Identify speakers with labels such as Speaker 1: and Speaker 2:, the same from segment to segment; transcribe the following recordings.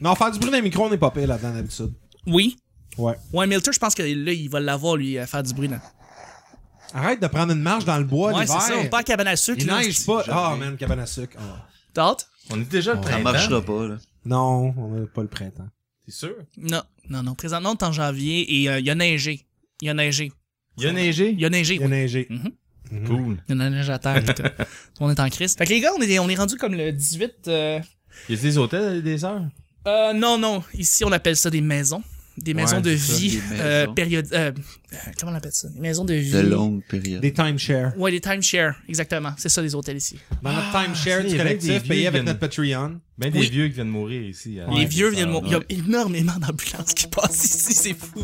Speaker 1: Non, faire du bruit dans les micros, on n'est pas pire là-dedans d'habitude.
Speaker 2: Oui.
Speaker 1: Ouais.
Speaker 2: Ouais, Milter, je pense que là, il va l'avoir, lui, à faire du bruit. Là.
Speaker 1: Arrête de prendre une marche dans le bois
Speaker 2: Ouais, c'est
Speaker 1: l'hiver.
Speaker 2: ça. On part à cabane à sucre.
Speaker 1: Il
Speaker 2: là.
Speaker 1: neige pas.
Speaker 3: jamais.
Speaker 1: Ah, man, cabane à sucre. Ah.
Speaker 2: T'as hâte?
Speaker 3: On est déjà le
Speaker 1: Ça
Speaker 3: printemps.
Speaker 1: Ben,
Speaker 3: Ça
Speaker 1: marchera
Speaker 3: marchera.
Speaker 1: ben.
Speaker 3: pas, là.
Speaker 1: Non, on n'a pas le printemps.
Speaker 3: C'est sûr.
Speaker 2: Non, non, non. Présentement, on est en janvier et euh, il a neigé. Il a neigé.
Speaker 3: Il a neigé.
Speaker 2: Il a neigé,
Speaker 1: Il a
Speaker 2: oui.
Speaker 1: neigé.
Speaker 3: Cool.
Speaker 2: Il y en a neige à terre. et tout. on est en crise. Fait que les gars, on est, on est rendu comme le 18. Euh...
Speaker 3: Il y a des hôtels des heures.
Speaker 2: euh, non, non. Ici, on appelle ça des maisons. Des
Speaker 3: Ouais,
Speaker 2: maisons de
Speaker 3: c'est ça,
Speaker 2: vie.
Speaker 3: des
Speaker 2: euh,
Speaker 3: maisons.
Speaker 2: période, euh, euh, comment on appelle ça? Des maisons de vie.
Speaker 4: De longue période.
Speaker 1: Des timeshare.
Speaker 2: Ouais, des timeshare. Exactement. C'est ça, les hôtels ici.
Speaker 1: Dans notre
Speaker 3: Ah,
Speaker 1: timeshare
Speaker 3: c'est
Speaker 1: du
Speaker 3: les règles
Speaker 1: collectif,
Speaker 3: des
Speaker 1: payé
Speaker 3: vieux,
Speaker 1: avec
Speaker 3: il y en a-
Speaker 1: notre Patreon.
Speaker 3: Ben des
Speaker 2: Oui.
Speaker 3: vieux qui viennent mourir ici. hein.
Speaker 2: Les vieux viennent mourir. Il y a énormément d'ambulances qui passent ici. C'est fou.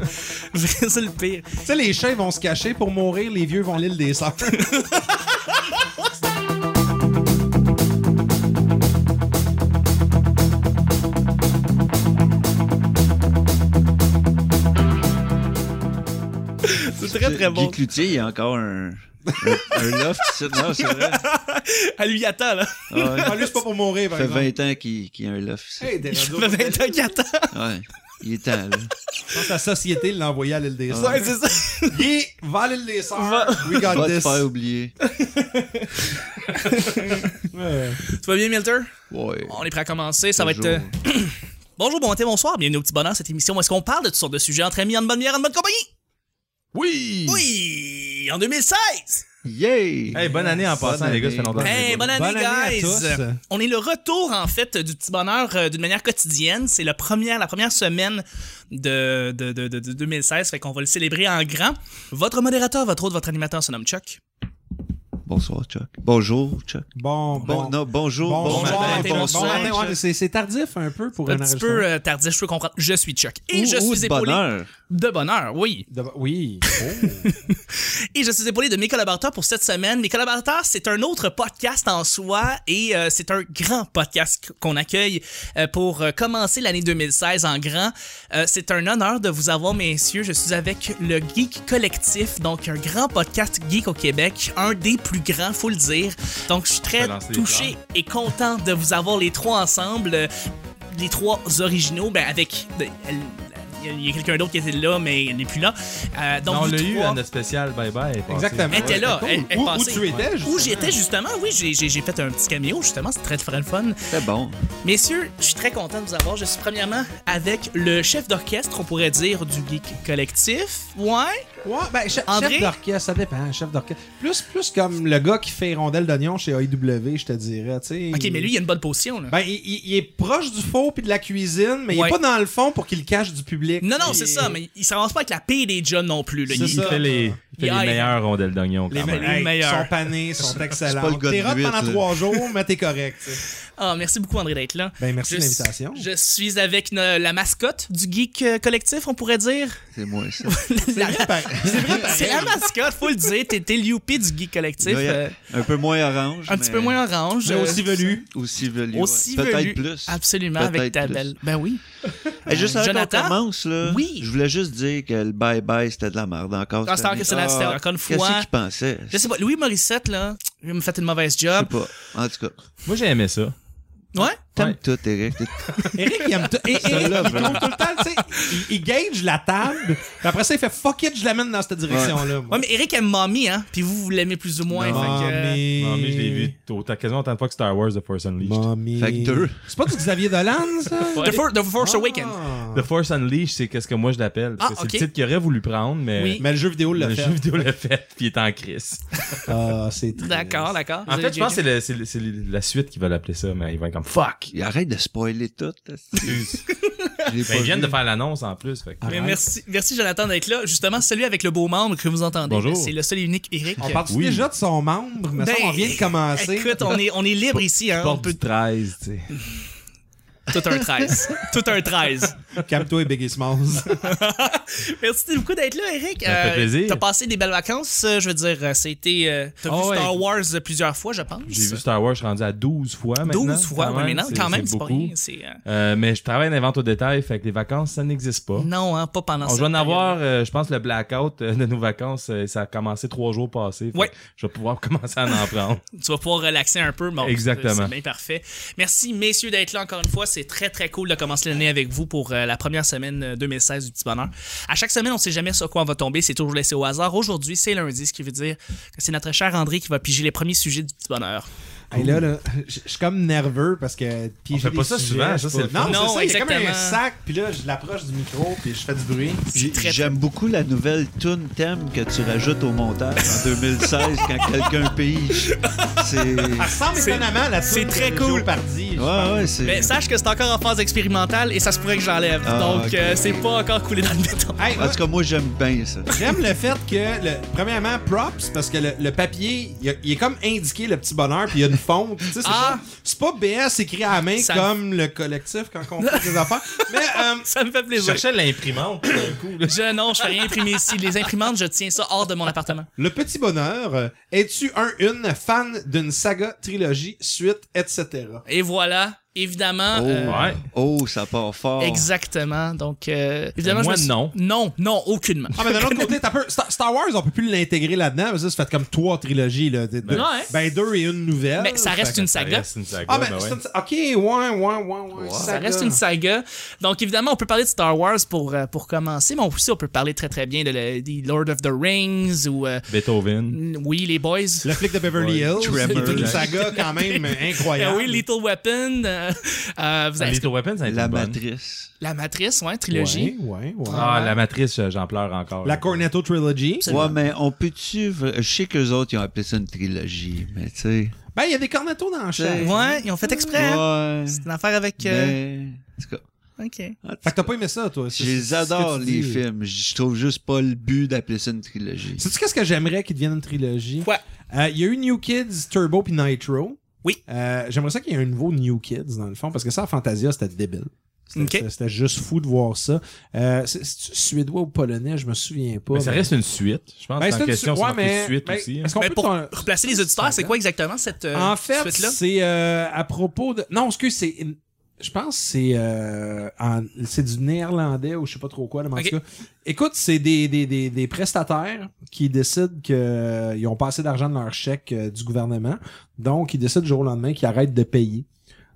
Speaker 2: Vraiment, c'est le pire.
Speaker 1: Tu sais, les chiens vont se cacher pour mourir, les vieux vont l'île des sœurs.
Speaker 2: C'est très, très bon.
Speaker 4: Guy Cloutier, il y a encore un, un, un loft ici. Non, c'est vrai.
Speaker 2: Elle lui attend, là.
Speaker 4: Ah ouais.
Speaker 1: Ah, lui, c'est pas pour mourir, par
Speaker 4: Ça fait
Speaker 1: exemple.
Speaker 4: 20 ans qu'il qu'il y a un loft ici.
Speaker 1: Hey, des
Speaker 2: Je
Speaker 1: radios-
Speaker 2: me 20 ans qu'il attend.
Speaker 4: Ouais. Il est temps, là.
Speaker 1: Je pense que la société l'a envoyé à l'île des
Speaker 2: Ouais,
Speaker 1: sœurs.
Speaker 2: c'est ça.
Speaker 1: Guy, va à l'île des
Speaker 2: Va.
Speaker 1: sœurs. We got
Speaker 4: Va te
Speaker 1: this.
Speaker 4: faire oublier.
Speaker 1: Ouais.
Speaker 2: Tu vas bien, Milter?
Speaker 4: Ouais.
Speaker 2: On est prêt à commencer. Ça va être.
Speaker 4: Bonjour.
Speaker 2: euh, Bonjour, bon matin, bonsoir. Bienvenue au petit bonheur, cette émission où est-ce qu'on parle de toutes sortes de sujets entre amis, en bonne bière, en bonne compagnie.
Speaker 3: Oui.
Speaker 2: Oui, en 2016.
Speaker 4: Yay!
Speaker 3: Hey, bonne année en passant, les gars, ça fait longtemps.
Speaker 2: Hey, bonne année,
Speaker 1: Bonne année à
Speaker 2: guys.
Speaker 1: tous.
Speaker 2: On est le retour, en fait, du petit bonheur euh, d'une manière quotidienne. C'est la première, la première semaine de, de, de, de- de 2016. Fait qu'on va le célébrer en grand. Votre modérateur, votre autre, votre animateur se nomme Chuck.
Speaker 4: Bonsoir, Chuck. Bonjour, Chuck.
Speaker 1: Bon,
Speaker 4: Bon,
Speaker 1: bon.
Speaker 4: non, bonjour, bon,
Speaker 1: Bonjour,
Speaker 2: matin,
Speaker 4: matin.
Speaker 1: bon
Speaker 2: bonsoir.
Speaker 1: matin. Ouais, mais c'est- C'est tardif un peu pour
Speaker 2: Un
Speaker 1: un
Speaker 2: petit
Speaker 1: enregistrement.
Speaker 2: peu euh, tardif, je peux comprendre. Je suis Chuck. Et
Speaker 4: Ou-
Speaker 2: je
Speaker 4: ou
Speaker 2: suis
Speaker 4: de
Speaker 2: épaulé
Speaker 4: bonheur.
Speaker 2: de bonheur, oui.
Speaker 1: De- Oui. Oh.
Speaker 2: Et je suis épaulé de mes collaborateurs pour cette semaine. Mes collaborateurs, c'est un autre podcast en soi et euh, c'est un grand podcast qu'on accueille euh, pour euh, commencer l'année 2016 en grand. Euh, c'est un honneur de vous avoir, messieurs. Je suis avec le Geek Collectif, donc un grand podcast geek au Québec, un des plus grands, faut le dire. Donc je suis très
Speaker 3: Je peux lancer les
Speaker 2: touché et content de vous avoir les trois ensemble, euh, les trois originaux, ben avec... de- il y a quelqu'un d'autre qui était là, mais il n'est plus là. Euh, donc
Speaker 3: Non, on
Speaker 2: vous
Speaker 3: l'a eu
Speaker 2: trois-
Speaker 3: à notre spécial Bye Bye. passé.
Speaker 1: Exactement.
Speaker 2: Elle était là,
Speaker 1: Cool.
Speaker 2: elle- elle
Speaker 1: Où- Où
Speaker 2: passait.
Speaker 1: tu étais,
Speaker 2: Où
Speaker 1: justement?
Speaker 2: j'étais justement, oui, j'ai- j'ai j'ai fait un petit caméo justement, c'est très très le fun.
Speaker 4: C'est bon.
Speaker 2: Messieurs, je suis très content de vous avoir. Je suis premièrement avec le chef d'orchestre, on pourrait dire, du Geek Collectif. Ouais,
Speaker 1: Ouais, ben, che-
Speaker 2: André?
Speaker 1: chef d'orchestre, ça dépend, hein, chef d'orchestre. Plus, plus comme le gars qui fait rondelle d'oignon chez AEW, je te dirais, tu sais.
Speaker 2: ok,
Speaker 1: Il-
Speaker 2: mais lui, il a une bonne position là.
Speaker 1: Ben, il, il- il est proche du faux puis de la cuisine, mais
Speaker 2: Ouais.
Speaker 1: il est pas dans le fond pour qu'il le cache du public.
Speaker 2: non, non,
Speaker 1: Il-
Speaker 2: c'est ça, mais il s'avance pas avec la paix des John non plus. Là.
Speaker 1: C'est
Speaker 3: Il
Speaker 2: Il-
Speaker 1: ça.
Speaker 3: fait les, il fait
Speaker 2: Yeah.
Speaker 3: les meilleurs rondelles d'oignon
Speaker 1: Les,
Speaker 3: quand même.
Speaker 2: me- les meilleurs.
Speaker 1: meilleurs. sont panés, sont excellents.
Speaker 4: pas le gars de
Speaker 1: T'es rote
Speaker 4: huit,
Speaker 1: pendant
Speaker 4: là.
Speaker 1: trois jours, mais t'es correct. tu sais.
Speaker 2: Ah, merci beaucoup André d'être là.
Speaker 1: Ben, merci
Speaker 2: Je
Speaker 1: de
Speaker 2: suis-
Speaker 1: l'invitation.
Speaker 2: Je suis avec euh, la mascotte du Geek euh, Collectif, on pourrait dire.
Speaker 4: C'est moi, ça.
Speaker 2: La-
Speaker 1: C'est vrai, pareil. C'est vrai, pareil.
Speaker 2: C'est la mascotte, faut le dire. T'es t'es le Youpi du Geek Collectif.
Speaker 4: Là, il y a
Speaker 2: euh,
Speaker 4: un peu moins orange.
Speaker 2: un petit peu
Speaker 4: mais
Speaker 2: moins orange.
Speaker 1: Mais
Speaker 2: euh,
Speaker 1: aussi velu.
Speaker 4: Aussi velu.
Speaker 2: Aussi
Speaker 4: ouais.
Speaker 2: velu.
Speaker 4: Peut-être plus.
Speaker 2: Absolument, avec
Speaker 4: Peut-être
Speaker 2: ta
Speaker 4: plus.
Speaker 2: belle. Ben oui.
Speaker 4: Hey, juste avant qu'on
Speaker 2: Jonathan?
Speaker 4: commence, là,
Speaker 2: Oui.
Speaker 4: je voulais juste dire que le bye-bye, c'était de la merde encore.
Speaker 2: Ah,
Speaker 4: cette
Speaker 2: c'est encore-
Speaker 4: année.
Speaker 2: c'est la- c'était
Speaker 4: Ah,
Speaker 2: encore une fois.
Speaker 4: Qu'est-ce qu'il pensait?
Speaker 2: Je sais pas, Louis Morissette, là, il me fait une mauvaise
Speaker 4: Je sais
Speaker 2: job.
Speaker 4: pas. En tout cas,
Speaker 3: Moi, j'ai aimé ça.
Speaker 2: Ouais?
Speaker 4: t'aimes
Speaker 3: Ouais.
Speaker 4: tout, Eric. T'es-
Speaker 1: Eric, il aime tout. Et, et- il
Speaker 4: love,
Speaker 1: trouve tout le temps, tu sais, il, il gage la table, puis après ça, il fait fuck it, je l'amène dans cette direction-là. moi.
Speaker 2: Ouais, mais Eric aime Mommy, hein, puis vous, vous l'aimez plus ou moins. fait que, euh,
Speaker 1: Mommy.
Speaker 3: Non, mais je l'ai vu autant- quasiment autant de fois que Star Wars The Force Unleashed.
Speaker 1: Mommy.
Speaker 4: Fait que deux.
Speaker 1: C'est pas du Xavier Dolan, ça?
Speaker 2: The, For- The Force Awakens.
Speaker 1: Ah.
Speaker 3: The Force Unleashed, c'est qu'est-ce que moi je l'appelle. Parce
Speaker 2: Ah,
Speaker 3: que c'est
Speaker 2: ok.
Speaker 3: le titre qu'il aurait voulu prendre, mais
Speaker 2: Oui.
Speaker 1: Mais le jeu vidéo
Speaker 3: le,
Speaker 1: l'a fait.
Speaker 3: jeu vidéo l'a fait, puis il est en crise.
Speaker 1: Ah, c'est triste.
Speaker 2: D'accord, d'accord.
Speaker 3: En fait, je pense que c'est le- c'est le- c'est le- la suite qui va l'appeler ça, mais ils vont être comme fuck.
Speaker 4: Il Arrête de spoiler tout. là.
Speaker 3: Ben,
Speaker 4: Je l'ai pas
Speaker 3: ils viennent
Speaker 4: vu.
Speaker 3: de faire l'annonce en plus. fait que-
Speaker 1: Ah.
Speaker 2: Mais merci, merci Jonathan d'être là. Justement, celui avec le beau membre que vous entendez.
Speaker 3: Bonjour.
Speaker 2: ben, C'est le seul et unique Eric.
Speaker 1: On parle
Speaker 3: Oui.
Speaker 1: déjà de son membre, mais
Speaker 2: Ben,
Speaker 1: ça, on vient de commencer.
Speaker 2: Écoute, on est, on est libre ici, hein. On
Speaker 3: Porte
Speaker 2: peut
Speaker 3: du 13, tu sais.
Speaker 2: tout un 13. tout un 13.
Speaker 1: Calme-toi, Biggie Smalls.
Speaker 2: Merci beaucoup d'être là, Eric. Euh,
Speaker 3: Ça fait plaisir.
Speaker 2: T'as passé des belles vacances, euh, je veux dire. euh, C'était. euh, T'as
Speaker 3: Ah
Speaker 2: vu
Speaker 3: ouais.
Speaker 2: Star Wars euh, plusieurs fois, je pense.
Speaker 3: J'ai vu Star Wars, je suis rendu à 12 fois maintenant.
Speaker 2: 12 fois,
Speaker 3: quand
Speaker 2: oui, mais non, quand même, c'est pas
Speaker 3: beaucoup.
Speaker 2: rien. c'est, euh,
Speaker 3: Euh, mais je travaille dans les ventes au détail, fait que les vacances, ça n'existe pas.
Speaker 2: Non, hein, pas pendant
Speaker 3: On
Speaker 2: cette
Speaker 3: va en
Speaker 2: période.
Speaker 3: avoir, euh, je pense, le blackout euh, de nos vacances, euh, ça a commencé trois jours passés. Fait
Speaker 2: Ouais.
Speaker 3: que Je vais pouvoir commencer à en prendre.
Speaker 2: Tu vas pouvoir relaxer un peu. Bon,
Speaker 3: Exactement.
Speaker 2: C'est bien parfait. Merci, messieurs, d'être là encore une fois. c'est très très cool de commencer l'année avec vous pour euh, la première semaine euh, 2016 du Petit Bonheur. À chaque semaine, on sait jamais sur quoi on va tomber, c'est toujours laissé au hasard. Aujourd'hui, c'est lundi, ce qui veut dire que c'est notre cher André qui va piger les premiers sujets du Petit Bonheur.
Speaker 1: Hey, là, là, je je suis comme nerveux parce que. puis
Speaker 3: On
Speaker 1: j'ai
Speaker 3: fait
Speaker 1: des
Speaker 3: pas ça
Speaker 1: sujets,
Speaker 3: souvent,
Speaker 1: je
Speaker 3: ça,
Speaker 1: sais pas.
Speaker 3: c'est le
Speaker 1: Non,
Speaker 3: fun.
Speaker 1: non
Speaker 2: Non,
Speaker 1: c'est ça, il y a comme un
Speaker 2: exactement.
Speaker 1: sac, puis là, je l'approche du micro, puis je fais du bruit.
Speaker 4: J'ai-
Speaker 2: très-
Speaker 4: J'aime beaucoup la nouvelle tune thème que tu rajoutes au montage en 2016 quand quelqu'un pige. C'est.
Speaker 1: Ça ressemble
Speaker 2: C'est-
Speaker 1: étonnamment à la
Speaker 2: c'est
Speaker 1: tune
Speaker 2: très
Speaker 1: de
Speaker 2: cool.
Speaker 1: Joe Pardy, je pense.
Speaker 4: Ouais, ouais, c'est.
Speaker 2: Mais sache que c'est encore en phase expérimentale et ça se pourrait que j'enlève.
Speaker 4: Ah,
Speaker 2: Donc,
Speaker 4: ok.
Speaker 2: euh, c'est pas encore coulé dans le béton.
Speaker 1: Hey,
Speaker 4: En
Speaker 1: moi,
Speaker 4: tout cas, moi, j'aime bien ça.
Speaker 1: J'aime le fait que, le- premièrement, props, parce que le, le papier, il y a- il est comme indiqué le petit bonheur, puis il y a une fonte. Tu sais, c'est
Speaker 2: Ah!
Speaker 1: pas- c'est pas BS écrit à la main
Speaker 2: Ça-
Speaker 1: comme le collectif quand on fait des affaires. Mais euh,
Speaker 2: Ça me fait
Speaker 3: Je
Speaker 2: plaisir.
Speaker 3: cherchais l'imprimante tout d'un coup. là.
Speaker 2: Je, non, je fais rien imprimer ici. Les imprimantes, je tiens ça hors de mon appartement.
Speaker 1: le petit bonheur, euh, es-tu un, une fan d'une saga, trilogie, suite, etc.?
Speaker 2: Et voilà, évidemment.
Speaker 4: Oh,
Speaker 2: euh,
Speaker 3: ouais.
Speaker 4: oh, ça part fort.
Speaker 2: Exactement. Donc, euh, évidemment,
Speaker 3: Moi,
Speaker 2: je me suis-
Speaker 3: non.
Speaker 2: Non, non, aucunement.
Speaker 1: Ah, mais d'un autre côté, t'as peu. Star, Star Wars, on peut plus l'intégrer là-dedans, mais ça, ça fait comme trois trilogies, là. Des- deux-
Speaker 2: Ouais.
Speaker 1: Ben, deux et une nouvelle.
Speaker 2: Mais ça reste
Speaker 1: Fait que-
Speaker 2: une saga.
Speaker 3: reste une saga,
Speaker 1: Ah, ben,
Speaker 3: ben ouais.
Speaker 1: c'est une- Ok, ouais, ouais, ouais, ouais.
Speaker 2: Ça reste une saga. Donc, évidemment, on peut parler de Star Wars pour, euh, pour commencer, mais aussi, on peut parler très, très bien de le- des Lord of the Rings ou, euh,
Speaker 3: Beethoven.
Speaker 2: oui, les Boys.
Speaker 1: Le flic de Beverly
Speaker 3: Ouais.
Speaker 1: Hills.
Speaker 4: Tremors.
Speaker 1: C'est une saga quand même
Speaker 2: Euh,
Speaker 1: incroyable.
Speaker 2: oui, Little Weapon. euh, euh, vous avez-
Speaker 3: Little Ah, Weapon, ça a été
Speaker 4: La
Speaker 3: une bonne.
Speaker 4: matrice.
Speaker 2: La Matrice, ouais, trilogie.
Speaker 1: Ouais, ouais, ouais.
Speaker 3: Ah, la matrice, euh, j'en pleure encore.
Speaker 1: La Cornetto Trilogy.
Speaker 4: Ouais, mais on peut-tu. Je sais qu'eux autres, ils ont appelé ça une trilogie, mais tu sais.
Speaker 1: Ben, il y a des Cornetto dans le
Speaker 4: Ouais.
Speaker 1: chat.
Speaker 2: Ouais, ils ont fait exprès. hein.
Speaker 4: Ouais.
Speaker 2: C'est une affaire avec. euh,
Speaker 4: Mais. En tout cas,
Speaker 3: Ben.
Speaker 2: Ok.
Speaker 4: en tout
Speaker 1: Fait que t'as pas aimé ça, toi.
Speaker 4: cas,
Speaker 1: c'est-
Speaker 4: Je
Speaker 1: c'est ce
Speaker 4: les
Speaker 1: que
Speaker 4: adore,
Speaker 1: tu
Speaker 4: les
Speaker 1: dis.
Speaker 4: films. Je trouve juste pas le but d'appeler ça une trilogie.
Speaker 1: Sais-tu qu'est-ce que j'aimerais qu'il devienne une trilogie?
Speaker 2: Quoi?
Speaker 1: Euh, Il y a eu New Kids, Turbo puis Nitro.
Speaker 2: Oui.
Speaker 1: Euh, j'aimerais ça qu'il y ait un nouveau New Kids, dans le fond, parce que ça, à Fantasia, c'était débile. C'était
Speaker 2: Ok.
Speaker 1: c'était- c'était juste fou de voir ça. Euh, c'est- C'est-tu suédois ou polonais? Je me souviens pas.
Speaker 3: Mais ça reste une suite. Je pense
Speaker 1: Ben,
Speaker 3: que
Speaker 1: c'est
Speaker 3: c'est en
Speaker 1: une
Speaker 3: question,
Speaker 1: su-
Speaker 3: c'est
Speaker 1: ouais,
Speaker 3: marqué
Speaker 1: mais-
Speaker 3: suite
Speaker 1: mais
Speaker 3: aussi. hein.
Speaker 1: Est-ce qu'on
Speaker 2: Mais
Speaker 1: peut
Speaker 2: pour
Speaker 1: t'en-
Speaker 2: replacer les auditeurs, c'est quoi exactement cette, euh,
Speaker 1: En fait,
Speaker 2: suite-là?
Speaker 1: c'est euh, à propos de. Non, excuse, c'est. une- Je pense que c'est euh, en- c'est du néerlandais ou je sais pas trop quoi, là, mais en
Speaker 2: Ok.
Speaker 1: tout cas. Écoute, c'est des, des, des, des prestataires qui décident qu'ils ont pas assez d'argent de leur chèque euh, du gouvernement. Donc, ils décident du jour au lendemain qu'ils arrêtent de payer.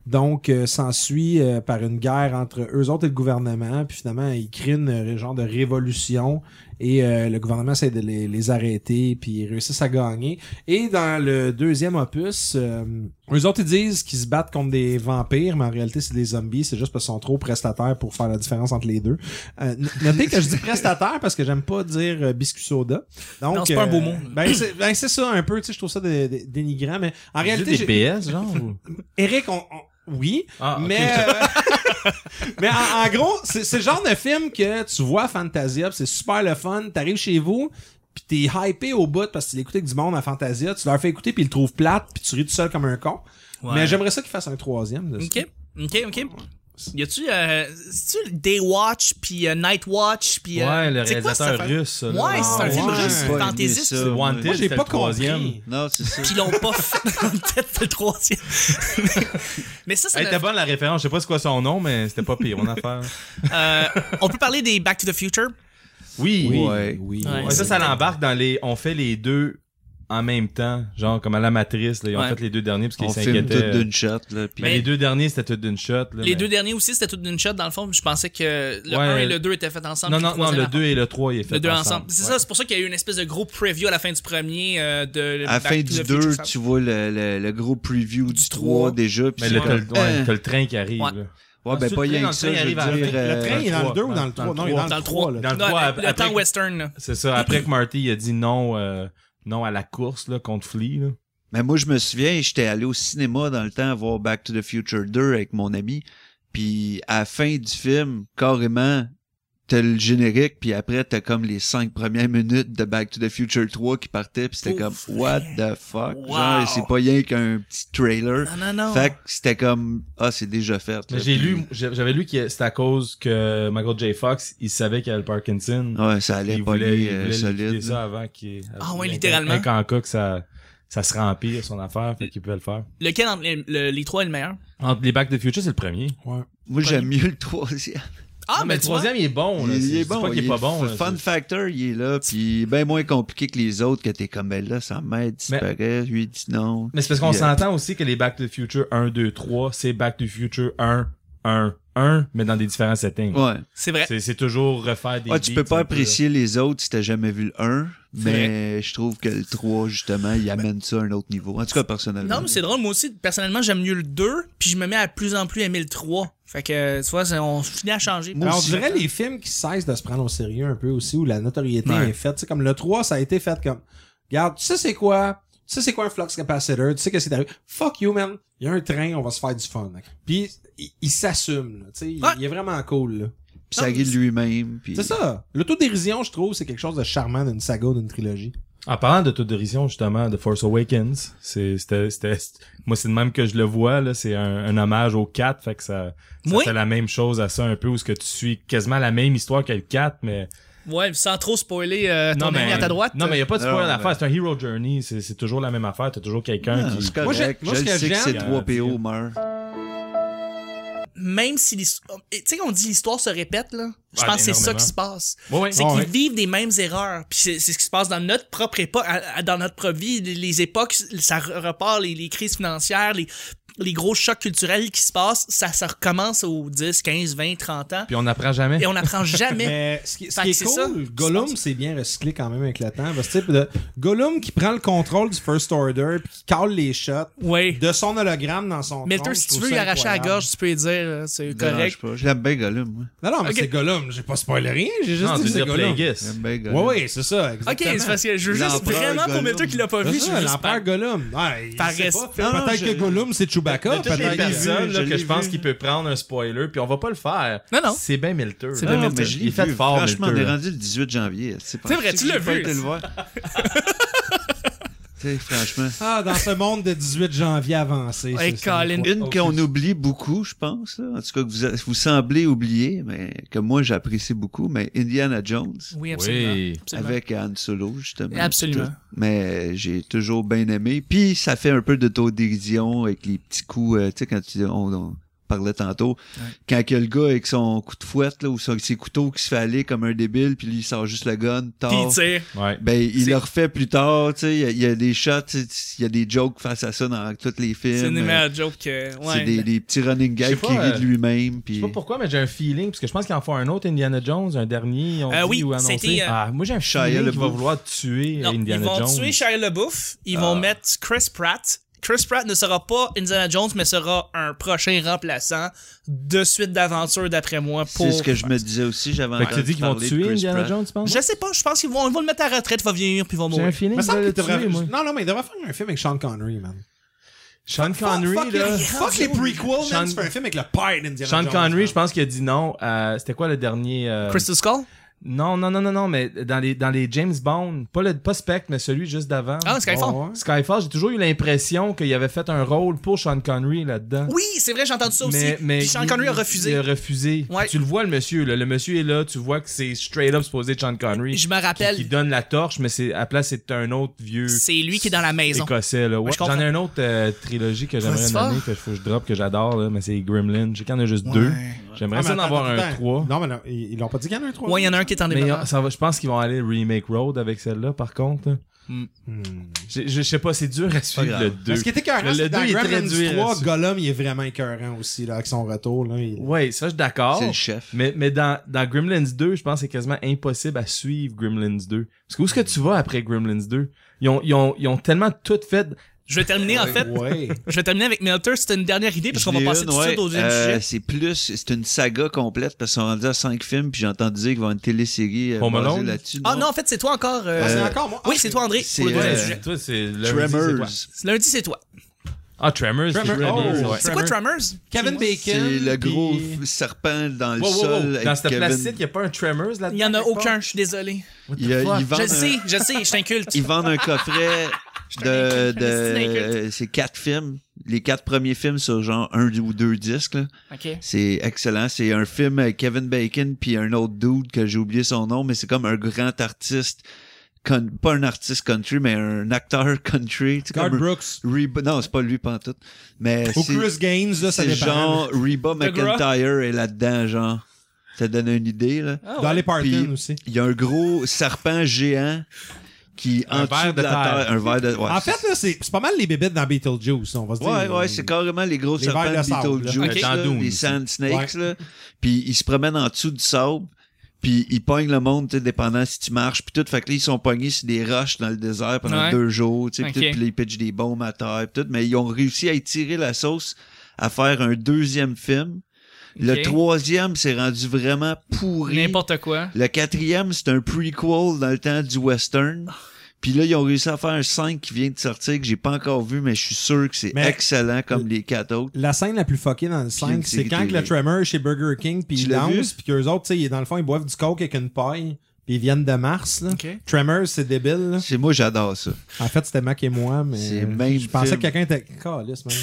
Speaker 1: Donc, euh, s'ensuit euh, par une guerre entre eux autres et le gouvernement. Puis finalement, ils créent une euh, genre de révolution et euh, le gouvernement essaie de les, les arrêter. Puis ils réussissent à gagner. Et dans le deuxième opus, euh, eux autres, ils disent qu'ils se battent contre des vampires, mais en réalité, c'est des zombies. C'est juste parce qu'ils sont trop prestataires pour faire la différence entre les deux. Euh, n- notez que je dis prestataire parce que j'aime pas dire euh, biscuit soda. Donc,
Speaker 2: Non, c'est pas un beau mot.
Speaker 1: Ben, c'est ben, c'est ça un peu. Tu sais, je trouve ça dé- dé- dénigrant. Mais en
Speaker 3: Juste
Speaker 1: réalité, j'ai-
Speaker 3: des PS, genre ou-
Speaker 1: Eric, on- on- oui,
Speaker 3: Ah, ok.
Speaker 1: mais, euh, mais en, en gros, c'est c'est le genre de film que tu vois à Fantasia, pis c'est super le fun. T'arrives chez vous, puis t'es hypé au bout parce que tu l'écoutes avec du monde à Fantasia. Tu leur fais écouter, puis ils le trouvent plate, puis tu ris tout seul comme un con.
Speaker 2: Ouais.
Speaker 1: Mais j'aimerais ça qu'ils fassent un troisième. De ça.
Speaker 2: Ok, ok, ok. Y a-tu, euh, tu Day Watch puis euh, Night Watch puis. euh,
Speaker 3: Ouais, le
Speaker 2: c'est quoi, cette
Speaker 3: réalisateur
Speaker 2: affaire?
Speaker 3: russe. ça, là.
Speaker 2: Ouais, c'est un
Speaker 1: Ah,
Speaker 2: film
Speaker 1: ouais.
Speaker 2: russe
Speaker 1: J'ai pas
Speaker 4: aimé
Speaker 2: fantaisiste.
Speaker 4: ça.
Speaker 3: C'est Wanted,
Speaker 1: Moi, j'ai
Speaker 3: c'était
Speaker 1: pas
Speaker 3: le
Speaker 1: compris.
Speaker 3: troisième.
Speaker 4: Non, c'est ça.
Speaker 2: Puis ils l'ont pas fait. Peut-être le troisième. mais ça, ça.
Speaker 3: Hey,
Speaker 2: ne-
Speaker 3: t'as bonne la référence, je sais pas c'est quoi son nom, mais c'était pas pire, mon affaire.
Speaker 2: euh, on peut parler des Back to the Future.
Speaker 3: Oui.
Speaker 4: Ouais.
Speaker 1: Oui.
Speaker 2: Ouais.
Speaker 3: Ouais, ça, ça l'embarque dans les. On fait les deux en même temps, genre comme à la matrice, là, ils ont
Speaker 2: Ouais.
Speaker 3: fait les deux derniers parce qu'ils
Speaker 4: On filme tout
Speaker 3: s'inquiétaient.
Speaker 4: d'une shot, là. Puis
Speaker 3: Mais les deux derniers, c'était tout d'une shot. là,
Speaker 2: Les
Speaker 3: mais-
Speaker 2: deux derniers aussi, c'était tout d'une shot dans le fond. Je pensais que le
Speaker 3: Ouais.
Speaker 2: 1 et le 2 étaient faits ensemble.
Speaker 3: Non,
Speaker 2: puis
Speaker 3: non, non,
Speaker 2: troisième
Speaker 3: le
Speaker 2: à-
Speaker 3: 2 et le 3, il est fait.
Speaker 2: Le 2 ensemble. C'est
Speaker 3: Ouais.
Speaker 2: ça, c'est pour ça qu'il y a eu une espèce de gros preview à la fin du premier euh, de
Speaker 4: à la
Speaker 2: Back to
Speaker 4: fin du
Speaker 2: the Future
Speaker 4: 2,
Speaker 2: Sound.
Speaker 4: tu vois le, le, le gros preview du 3
Speaker 2: trois.
Speaker 4: déjà. Puis
Speaker 3: Mais
Speaker 4: c'est
Speaker 3: là,
Speaker 4: comme,
Speaker 3: t'as le, ouais,
Speaker 4: hein.
Speaker 3: t'as le train qui arrive.
Speaker 2: Ouais.
Speaker 3: là.
Speaker 4: Ouais, ben
Speaker 3: Ensuite,
Speaker 4: pas
Speaker 3: le
Speaker 4: rien
Speaker 3: train,
Speaker 4: que ça,
Speaker 3: il
Speaker 4: je veux
Speaker 3: arrive
Speaker 4: dire.
Speaker 3: avec-
Speaker 1: Euh, Le train, il est dans le 2 ou dans le 3? Non, il est dans
Speaker 2: Dans
Speaker 1: le
Speaker 2: le trois.
Speaker 1: 3.
Speaker 3: Dans le
Speaker 2: Non,
Speaker 3: 3,
Speaker 2: le temps western. là.
Speaker 3: C'est ça, après que Marty il a dit non, euh, non à la course là, contre Flea. Là.
Speaker 4: Mais moi, je me souviens, j'étais allé au cinéma dans le temps voir Back to the Future 2 avec mon ami. Puis à la fin du film, carrément, t'as le générique, puis après, t'as comme les cinq premières minutes de Back to the Future 3 qui partaient, puis c'était comme
Speaker 2: Ouf.
Speaker 4: What the fuck?
Speaker 2: Wow.
Speaker 4: Genre, c'est pas rien qu'un petit trailer.
Speaker 2: Non, non, non.
Speaker 4: Fait que c'était comme Ah, c'est déjà fait.
Speaker 3: Mais
Speaker 4: là.
Speaker 3: j'ai
Speaker 4: Puis-
Speaker 3: lu, j'ai- j'avais lu que c'était à cause que Michael J. Fox, il savait qu'il avait le Parkinson.
Speaker 4: Ouais, ça allait
Speaker 3: il
Speaker 4: pas
Speaker 3: voulait, il
Speaker 4: euh,
Speaker 3: voulait liquider
Speaker 4: solide. là.
Speaker 3: ça avant qu'il. euh,
Speaker 2: Ah ouais,
Speaker 3: avant-
Speaker 2: littéralement.
Speaker 3: avant qu'en cas que ça, ça se remplit son affaire, fait qu'il pouvait le faire.
Speaker 2: Lequel entre les, le- les trois est le meilleur?
Speaker 3: Entre les Back to the Future, c'est le premier.
Speaker 4: Moi, j'aime mieux le troisième.
Speaker 2: Ah,
Speaker 3: Non, mais le
Speaker 2: tu vois,
Speaker 3: troisième, il est bon. Là.
Speaker 4: Il,
Speaker 3: C'est-
Speaker 4: est
Speaker 3: je dis
Speaker 4: bon.
Speaker 3: pas qu'il est
Speaker 4: il
Speaker 3: pas
Speaker 4: est
Speaker 3: bon.
Speaker 4: f-
Speaker 3: là.
Speaker 4: Fun
Speaker 3: C'est-
Speaker 4: factor, il est là, puis bien moins compliqué que les autres que t'es comme elle là, ça m'aide, disparaît, lui il dit non.
Speaker 3: Mais c'est parce qu'on
Speaker 4: Yeah.
Speaker 3: s'entend aussi que les Back to the Future 1, 2, 3, c'est Back to the Future 1, un 1, mais dans des différents settings.
Speaker 4: Ouais.
Speaker 2: C'est vrai.
Speaker 3: C'est, c'est toujours refaire des.
Speaker 4: Ah, tu
Speaker 3: beats
Speaker 4: peux pas
Speaker 3: un peu, là.
Speaker 4: apprécier les autres si t'as jamais vu le 1,
Speaker 2: C'est
Speaker 4: mais je trouve que le 3, justement, il amène ça à un autre niveau. En tout cas, personnellement.
Speaker 2: Non, mais c'est drôle. Moi aussi, personnellement, j'aime mieux le 2, puis je me mets à plus en plus aimer le 3. Fait que, tu vois, c'est- on finit à changer.
Speaker 4: Moi
Speaker 1: Alors, Ben, on
Speaker 4: aussi.
Speaker 1: dirait les films qui cessent de se prendre au sérieux un peu aussi, où la notoriété
Speaker 3: Ouais.
Speaker 1: est faite. Tu sais, comme le 3, ça a été fait comme, regarde, tu sais c'est quoi? Tu sais c'est quoi un flux capacitor? Tu sais qu'est-ce qui t'arrive? Fuck you, man. Il y a un train, on va se faire du fun. Puis, il, il s'assume, là. Tu sais, il-
Speaker 2: Ouais.
Speaker 1: il est vraiment cool, là.
Speaker 4: Puis ça guide lui-même. Puis...
Speaker 1: C'est ça. L'autodérision, je trouve, c'est quelque chose de charmant d'une saga ou d'une trilogie.
Speaker 3: En parlant d'autodérision, justement, de Force Awakens, c'est, c'était, c'était, c'est- moi, c'est de même que je le vois, là, c'est un, un hommage au 4, fait que ça, ça
Speaker 2: Oui.
Speaker 3: fait la même chose à ça un peu, où ce que tu suis quasiment la même histoire que le 4, mais...
Speaker 2: Ouais, sans trop spoiler euh, ton ami
Speaker 3: mais,
Speaker 2: à ta droite.
Speaker 3: Non, mais y a pas de spoil
Speaker 4: Non,
Speaker 3: à
Speaker 4: mais-
Speaker 3: faire, c'est un hero journey, c'est, c'est toujours la même affaire, t'as toujours quelqu'un
Speaker 4: Non,
Speaker 3: qui...
Speaker 4: Ah, c'est correct.
Speaker 1: moi,
Speaker 4: je
Speaker 1: ce que
Speaker 4: le sais que
Speaker 1: j'aime-
Speaker 4: c'est
Speaker 3: euh,
Speaker 4: 3PO meurt.
Speaker 2: Même si l'histoire... Tu sais, on dit l'histoire se répète, là. Je
Speaker 3: Ouais,
Speaker 2: pense que c'est ça
Speaker 3: Ah, énormément.
Speaker 2: qui se passe.
Speaker 3: Ouais, ouais.
Speaker 2: C'est
Speaker 1: Ah
Speaker 2: qu'ils
Speaker 1: ouais.
Speaker 2: vivent des mêmes erreurs. Puis c'est c'est ce qui se passe dans notre propre époque, à- à- dans notre propre vie. Les, les époques, ça re- repart, les, les crises financières, les, les gros chocs culturels qui se passent, ça, ça recommence aux 10, 15, 20, 30 ans.
Speaker 3: Puis on n'apprend jamais.
Speaker 2: Et on n'apprend jamais.
Speaker 1: Mais ce qui, ce
Speaker 2: Eh. Fait
Speaker 1: qui
Speaker 2: que
Speaker 1: est
Speaker 2: c'est
Speaker 1: cool,
Speaker 2: ça. Je
Speaker 1: Gollum,
Speaker 2: pense-
Speaker 1: c'est bien recyclé quand même avec le temps. Parce que, tu sais, de- Gollum qui prend le contrôle du First Order puis qui cale les shots
Speaker 2: oui.
Speaker 1: de son hologramme dans son
Speaker 2: Melter,
Speaker 1: trône,
Speaker 2: si
Speaker 1: je
Speaker 2: tu
Speaker 1: trouve
Speaker 2: veux
Speaker 1: ça
Speaker 2: y arracher la
Speaker 1: incroyable.
Speaker 2: gorge, tu peux lui dire, euh, c'est
Speaker 4: Dérange
Speaker 2: correct.
Speaker 4: pas. Je l'aime bien Gollum, moi.
Speaker 1: Non, non, mais
Speaker 2: Ok.
Speaker 1: c'est Gollum. J'ai pas spoilé rien. J'ai juste
Speaker 3: non,
Speaker 1: dit
Speaker 3: tu
Speaker 1: que c'est
Speaker 3: veux dire
Speaker 1: Gollum. Ouais,
Speaker 3: Plagueis.
Speaker 4: J'aime bien Gollum.
Speaker 1: ouais, c'est ça.
Speaker 2: Ok,
Speaker 1: Exactement.
Speaker 2: c'est parce que je veux juste
Speaker 4: L'empereur
Speaker 2: vraiment pour
Speaker 4: Gollum.
Speaker 2: Melter qui l'a pas
Speaker 1: C'est
Speaker 2: vu, je
Speaker 1: ça,
Speaker 2: veux juste
Speaker 1: l'empereur
Speaker 2: pas-
Speaker 1: Gollum. Ouais, je
Speaker 2: Par
Speaker 1: sais
Speaker 2: respect.
Speaker 1: pas.
Speaker 4: Non, non,
Speaker 1: Peut-être
Speaker 4: je-
Speaker 1: que Gollum, c'est Chewbacca.
Speaker 4: Peut-être
Speaker 3: Peut-être
Speaker 4: l'ai
Speaker 1: Peut-être
Speaker 4: vu.
Speaker 3: l'épisode là,
Speaker 4: Je
Speaker 3: que
Speaker 4: l'ai
Speaker 3: je pense
Speaker 4: vu.
Speaker 3: qu'il peut prendre un spoiler, puis on va pas le faire.
Speaker 2: Non, non.
Speaker 3: C'est bien Milter.
Speaker 2: C'est
Speaker 3: là.
Speaker 2: bien
Speaker 4: Non,
Speaker 2: Milter.
Speaker 4: mais je
Speaker 3: Il
Speaker 4: l'ai
Speaker 3: est fait
Speaker 4: vu.
Speaker 3: fort,
Speaker 4: Franchement, on
Speaker 3: Milter,
Speaker 4: est
Speaker 3: là.
Speaker 4: rendu le 18 janvier. C'est
Speaker 2: vrai, tu l'as vu.
Speaker 4: le voir. Tu sais, franchement.
Speaker 1: Ah, dans ce monde de 18 janvier avancé.
Speaker 2: Hey,
Speaker 1: c'est ça,
Speaker 2: Colin.
Speaker 1: quoi.
Speaker 4: Une qu'on oublie beaucoup, je pense. là. En tout cas, que vous, vous semblez oublier, mais que moi, j'apprécie beaucoup, mais Indiana Jones.
Speaker 2: Oui, absolument.
Speaker 3: Oui.
Speaker 2: Absolument.
Speaker 4: Avec Han Solo, justement.
Speaker 2: Absolument.
Speaker 4: Tout. Mais j'ai toujours bien aimé. Puis ça fait un peu d'autodérision avec les petits coups, euh, tu sais, quand tu, on, on parlait tantôt, quand que le gars avec son coup de fouette là, ou son- ses couteaux qui se fait aller comme un débile, puis lui, il sort juste le gun,
Speaker 2: Puis,
Speaker 4: tard.
Speaker 2: tu sais,
Speaker 3: Ouais.
Speaker 4: Ben, il
Speaker 2: C'est-
Speaker 4: le refait plus tard, tu sais, il y a- il y, a des shots, tu sais, il y a des jokes face à ça dans tous les films.
Speaker 2: c'est une
Speaker 4: Euh,
Speaker 2: meilleure joke. euh,
Speaker 4: c'est
Speaker 2: Ouais.
Speaker 4: des, des petits running
Speaker 3: Je sais
Speaker 4: gags
Speaker 3: pas,
Speaker 4: qui
Speaker 3: euh,
Speaker 4: rit de lui-même.
Speaker 3: Je
Speaker 4: Puis...
Speaker 3: sais pas pourquoi, mais j'ai un feeling, parce que je pense qu'il en faut un autre Indiana Jones, un dernier, on
Speaker 2: Euh,
Speaker 3: dit,
Speaker 2: oui,
Speaker 3: ou annoncé.
Speaker 2: c'était, euh,
Speaker 3: Ah, moi j'ai un
Speaker 4: Shia
Speaker 3: feeling qu'il va
Speaker 4: LaBeouf.
Speaker 3: vouloir tuer
Speaker 2: Non,
Speaker 3: Indiana
Speaker 2: ils vont
Speaker 3: Jones. Ah.
Speaker 2: tuer Shia LaBeouf, ils vont mettre Chris Pratt. Chris Pratt ne sera pas Indiana Jones, mais sera un prochain remplaçant de suite d'aventure, d'après moi. Pour...
Speaker 4: C'est ce que je me disais aussi, j'avais
Speaker 3: Fait que tu
Speaker 4: entendu
Speaker 3: dis qu'ils vont
Speaker 4: parler de
Speaker 3: tuer
Speaker 4: Chris
Speaker 3: Indiana
Speaker 4: Pratt.
Speaker 3: Jones, tu penses?
Speaker 2: Je sais pas, je pense qu'ils vont, ils vont le mettre à la retraite, il va vieillir, puis il va
Speaker 3: J'ai un
Speaker 2: mourir.
Speaker 3: feeling
Speaker 1: Me
Speaker 3: qu'il va
Speaker 1: semble qu'il
Speaker 3: le tuer,
Speaker 1: devrait-
Speaker 3: moi.
Speaker 1: Non, non, mais il devrait faire un film avec Sean Connery, man.
Speaker 3: Sean Connery,
Speaker 1: fuck, fuck
Speaker 3: là.
Speaker 1: les- Fuck les prequels,
Speaker 3: Sean-
Speaker 1: man. Tu fais un film avec le père d'Indiana
Speaker 3: Sean
Speaker 1: Jones,
Speaker 3: Connery,
Speaker 1: man.
Speaker 3: je pense qu'il a dit non. à- C'était quoi le dernier? euh,
Speaker 2: Crystal Skull?
Speaker 3: Non, non, non, non, non, mais dans les, dans les James Bond, pas le pas Spectre, mais celui juste d'avant. Oh,
Speaker 2: Ah, Skyfall.
Speaker 1: Ouais, ouais.
Speaker 3: Skyfall, j'ai toujours eu l'impression qu'il avait fait un rôle pour Sean Connery là-dedans.
Speaker 2: Oui, c'est vrai, j'ai entendu ça aussi. puis Sean
Speaker 3: il-
Speaker 2: Connery a
Speaker 3: Il
Speaker 2: refusé.
Speaker 3: a refusé.
Speaker 2: Ouais.
Speaker 3: Tu le vois, le monsieur. là. Le monsieur est là. Tu vois que c'est straight up supposé Sean Connery.
Speaker 2: Je me
Speaker 3: qui,
Speaker 2: rappelle,
Speaker 3: qui donne la torche, mais c'est à place, c'est un autre vieux
Speaker 2: c'est lui qui est dans la maison.
Speaker 3: écossais. là. Ouais,
Speaker 2: je comprends.
Speaker 3: J'en ai un autre euh, trilogie que j'aimerais
Speaker 2: Vas-y,
Speaker 3: nommer,
Speaker 2: fort.
Speaker 3: que faut que je drop, que j'adore, là, mais c'est Gremlin. J'ai qu'il y en a juste deux. J'aimerais
Speaker 1: Ah,
Speaker 3: ça
Speaker 1: mais
Speaker 3: en
Speaker 1: attends,
Speaker 3: avoir un
Speaker 1: attends.
Speaker 3: trois.
Speaker 1: Non, mais non, ils, ils l'ont pas dit qu'il y en a un 3.
Speaker 2: Ouais, il y en a un qui est en
Speaker 3: Mais euh,
Speaker 2: développement.
Speaker 3: ça va- je pense qu'ils vont aller remake Road avec celle-là, par contre. là. Je, je sais pas, c'est dur à suivre
Speaker 4: grave.
Speaker 3: le 2.
Speaker 1: Ce qui est écœurant,
Speaker 3: Le-
Speaker 1: c'est
Speaker 3: le
Speaker 1: que dans
Speaker 3: deux est très
Speaker 1: Gremlins
Speaker 3: dur
Speaker 1: 3,
Speaker 3: là-dessus.
Speaker 1: Gollum, il est vraiment écœurant aussi, là, avec son retour, là. Il-
Speaker 3: Ouais, ça, je suis d'accord.
Speaker 4: C'est le chef.
Speaker 3: Mais, mais dans, dans Gremlins 2, je pense que c'est quasiment impossible à suivre Gremlins 2. Parce que où est-ce que tu vas après Gremlins 2? Ils ont, ils ont, ils ont tellement tout fait.
Speaker 2: Je vais terminer, en fait.
Speaker 1: Ouais.
Speaker 2: Je vais terminer avec Melter, c'était une dernière idée, parce qu'on va
Speaker 4: J'en ai
Speaker 2: passer
Speaker 4: une,
Speaker 2: tout de suite
Speaker 4: ouais.
Speaker 2: au deuxième
Speaker 4: Euh,
Speaker 2: sujet.
Speaker 4: C'est plus, c'est une saga complète parce qu'on rendait à cinq films, puis j'ai entendu dire qu'il va y avoir une télésérie euh,
Speaker 3: Home
Speaker 4: basée
Speaker 3: Alone?
Speaker 4: là-dessus.
Speaker 2: Ah non, en fait, c'est toi encore. euh,
Speaker 1: Ah, c'est encore moi.
Speaker 2: Oui,
Speaker 1: Ah,
Speaker 2: c'est toi, André.
Speaker 4: c'est,
Speaker 2: pour le deuxième
Speaker 4: euh,
Speaker 2: sujet.
Speaker 3: toi, c'est lundi, c'est
Speaker 4: Tremors.
Speaker 3: toi.
Speaker 2: Lundi, c'est toi.
Speaker 3: Ah, Tremors. c'est
Speaker 1: Tremors.
Speaker 3: Tremors,
Speaker 1: Oh,
Speaker 3: ouais.
Speaker 2: C'est quoi Tremors?
Speaker 1: Kevin Bacon.
Speaker 4: C'est le
Speaker 1: puis-
Speaker 4: gros f- serpent dans le
Speaker 3: Wow, wow, wow.
Speaker 4: sol.
Speaker 3: Dans
Speaker 4: avec
Speaker 3: ce
Speaker 4: Kevin.
Speaker 3: plastique, il n'y a pas un Tremors là-dedans?
Speaker 2: Il n'y en a
Speaker 3: quelque part?
Speaker 2: aucun, je suis désolé.
Speaker 4: Il y a-
Speaker 3: fuck?
Speaker 4: ils vendent
Speaker 2: Je
Speaker 4: un-
Speaker 2: le sais, je le sais, je t'inculte.
Speaker 4: Ils vendent un coffret de,
Speaker 2: t'inculte, je me suis dit
Speaker 4: de c'est quatre films, les quatre premiers films sur genre un ou deux disques. là.
Speaker 2: OK.
Speaker 4: C'est excellent. C'est un film avec Kevin Bacon puis un autre dude que j'ai oublié son nom, mais c'est comme un grand artiste, con- pas un artiste country, mais un acteur country. tu sais,
Speaker 1: Garth
Speaker 4: comme-
Speaker 1: Brooks.
Speaker 4: Reba, non, c'est pas lui pantoute. Mais
Speaker 1: Ou
Speaker 4: c'est-
Speaker 1: Chris Gaines, là, ça
Speaker 4: c'est
Speaker 1: dépend.
Speaker 4: genre Reba
Speaker 2: The Gras.
Speaker 4: McIntyre est là-dedans, genre. Ça donne une idée, là.
Speaker 2: Ah ouais.
Speaker 1: Dans les
Speaker 4: Puis-
Speaker 1: Parton aussi.
Speaker 4: Il y a un gros serpent géant qui
Speaker 3: Un verre
Speaker 4: en dessous
Speaker 3: de
Speaker 4: de la terre,
Speaker 3: terre.
Speaker 4: un verre de ouais,
Speaker 1: en fait, là, c'est c'est pas mal les bébêtes dans Beetlejuice, on va se
Speaker 4: Ouais,
Speaker 1: dire.
Speaker 4: ouais, c'est carrément les gros
Speaker 1: les
Speaker 4: serpents
Speaker 1: vers
Speaker 4: de
Speaker 1: le sable, là.
Speaker 4: Beetlejuice,
Speaker 2: Ok.
Speaker 4: là,
Speaker 3: Dans Dune
Speaker 4: les
Speaker 3: aussi.
Speaker 4: Sand Snakes, là. Puis ils se promènent en dessous du sable, puis ils pognent le monde, tu sais, dépendant si tu marches, puis tout. Fait que là, ils sont pognés sur des roches dans le désert pendant
Speaker 2: Ouais.
Speaker 4: deux jours, tu sais, puis
Speaker 2: Ok.
Speaker 4: tout, puis là, ils pitchent des bombes à terre, puis tout. Mais ils ont réussi à étirer la sauce, à faire un deuxième film. Le
Speaker 2: Ok.
Speaker 4: troisième s'est rendu vraiment pourri.
Speaker 2: N'importe quoi.
Speaker 4: Le quatrième, c'est un prequel dans le temps du western. Puis là, ils ont réussi à faire un 5 qui vient de sortir, que j'ai pas encore vu, mais je suis sûr que c'est
Speaker 1: Mais-
Speaker 4: excellent comme les quatre autres.
Speaker 1: La scène la plus fuckée dans le
Speaker 4: une
Speaker 1: 5, c'est
Speaker 4: série
Speaker 1: quand que
Speaker 4: télé.
Speaker 1: le Tremor est chez Burger King, puis
Speaker 4: Tu
Speaker 1: ils
Speaker 4: l'as vu?
Speaker 1: dansent, puis qu'eux autres, tu sais, ils- dans le fond, ils boivent du coke avec une paille, puis ils viennent de Mars. Là.
Speaker 2: Ok.
Speaker 1: Tremor, c'est débile. là.
Speaker 4: C'est moi, j'adore ça.
Speaker 1: En fait, c'était Mac et moi, mais
Speaker 4: C'est le même
Speaker 1: je pensais
Speaker 4: film.
Speaker 1: que quelqu'un était... Calisse, man.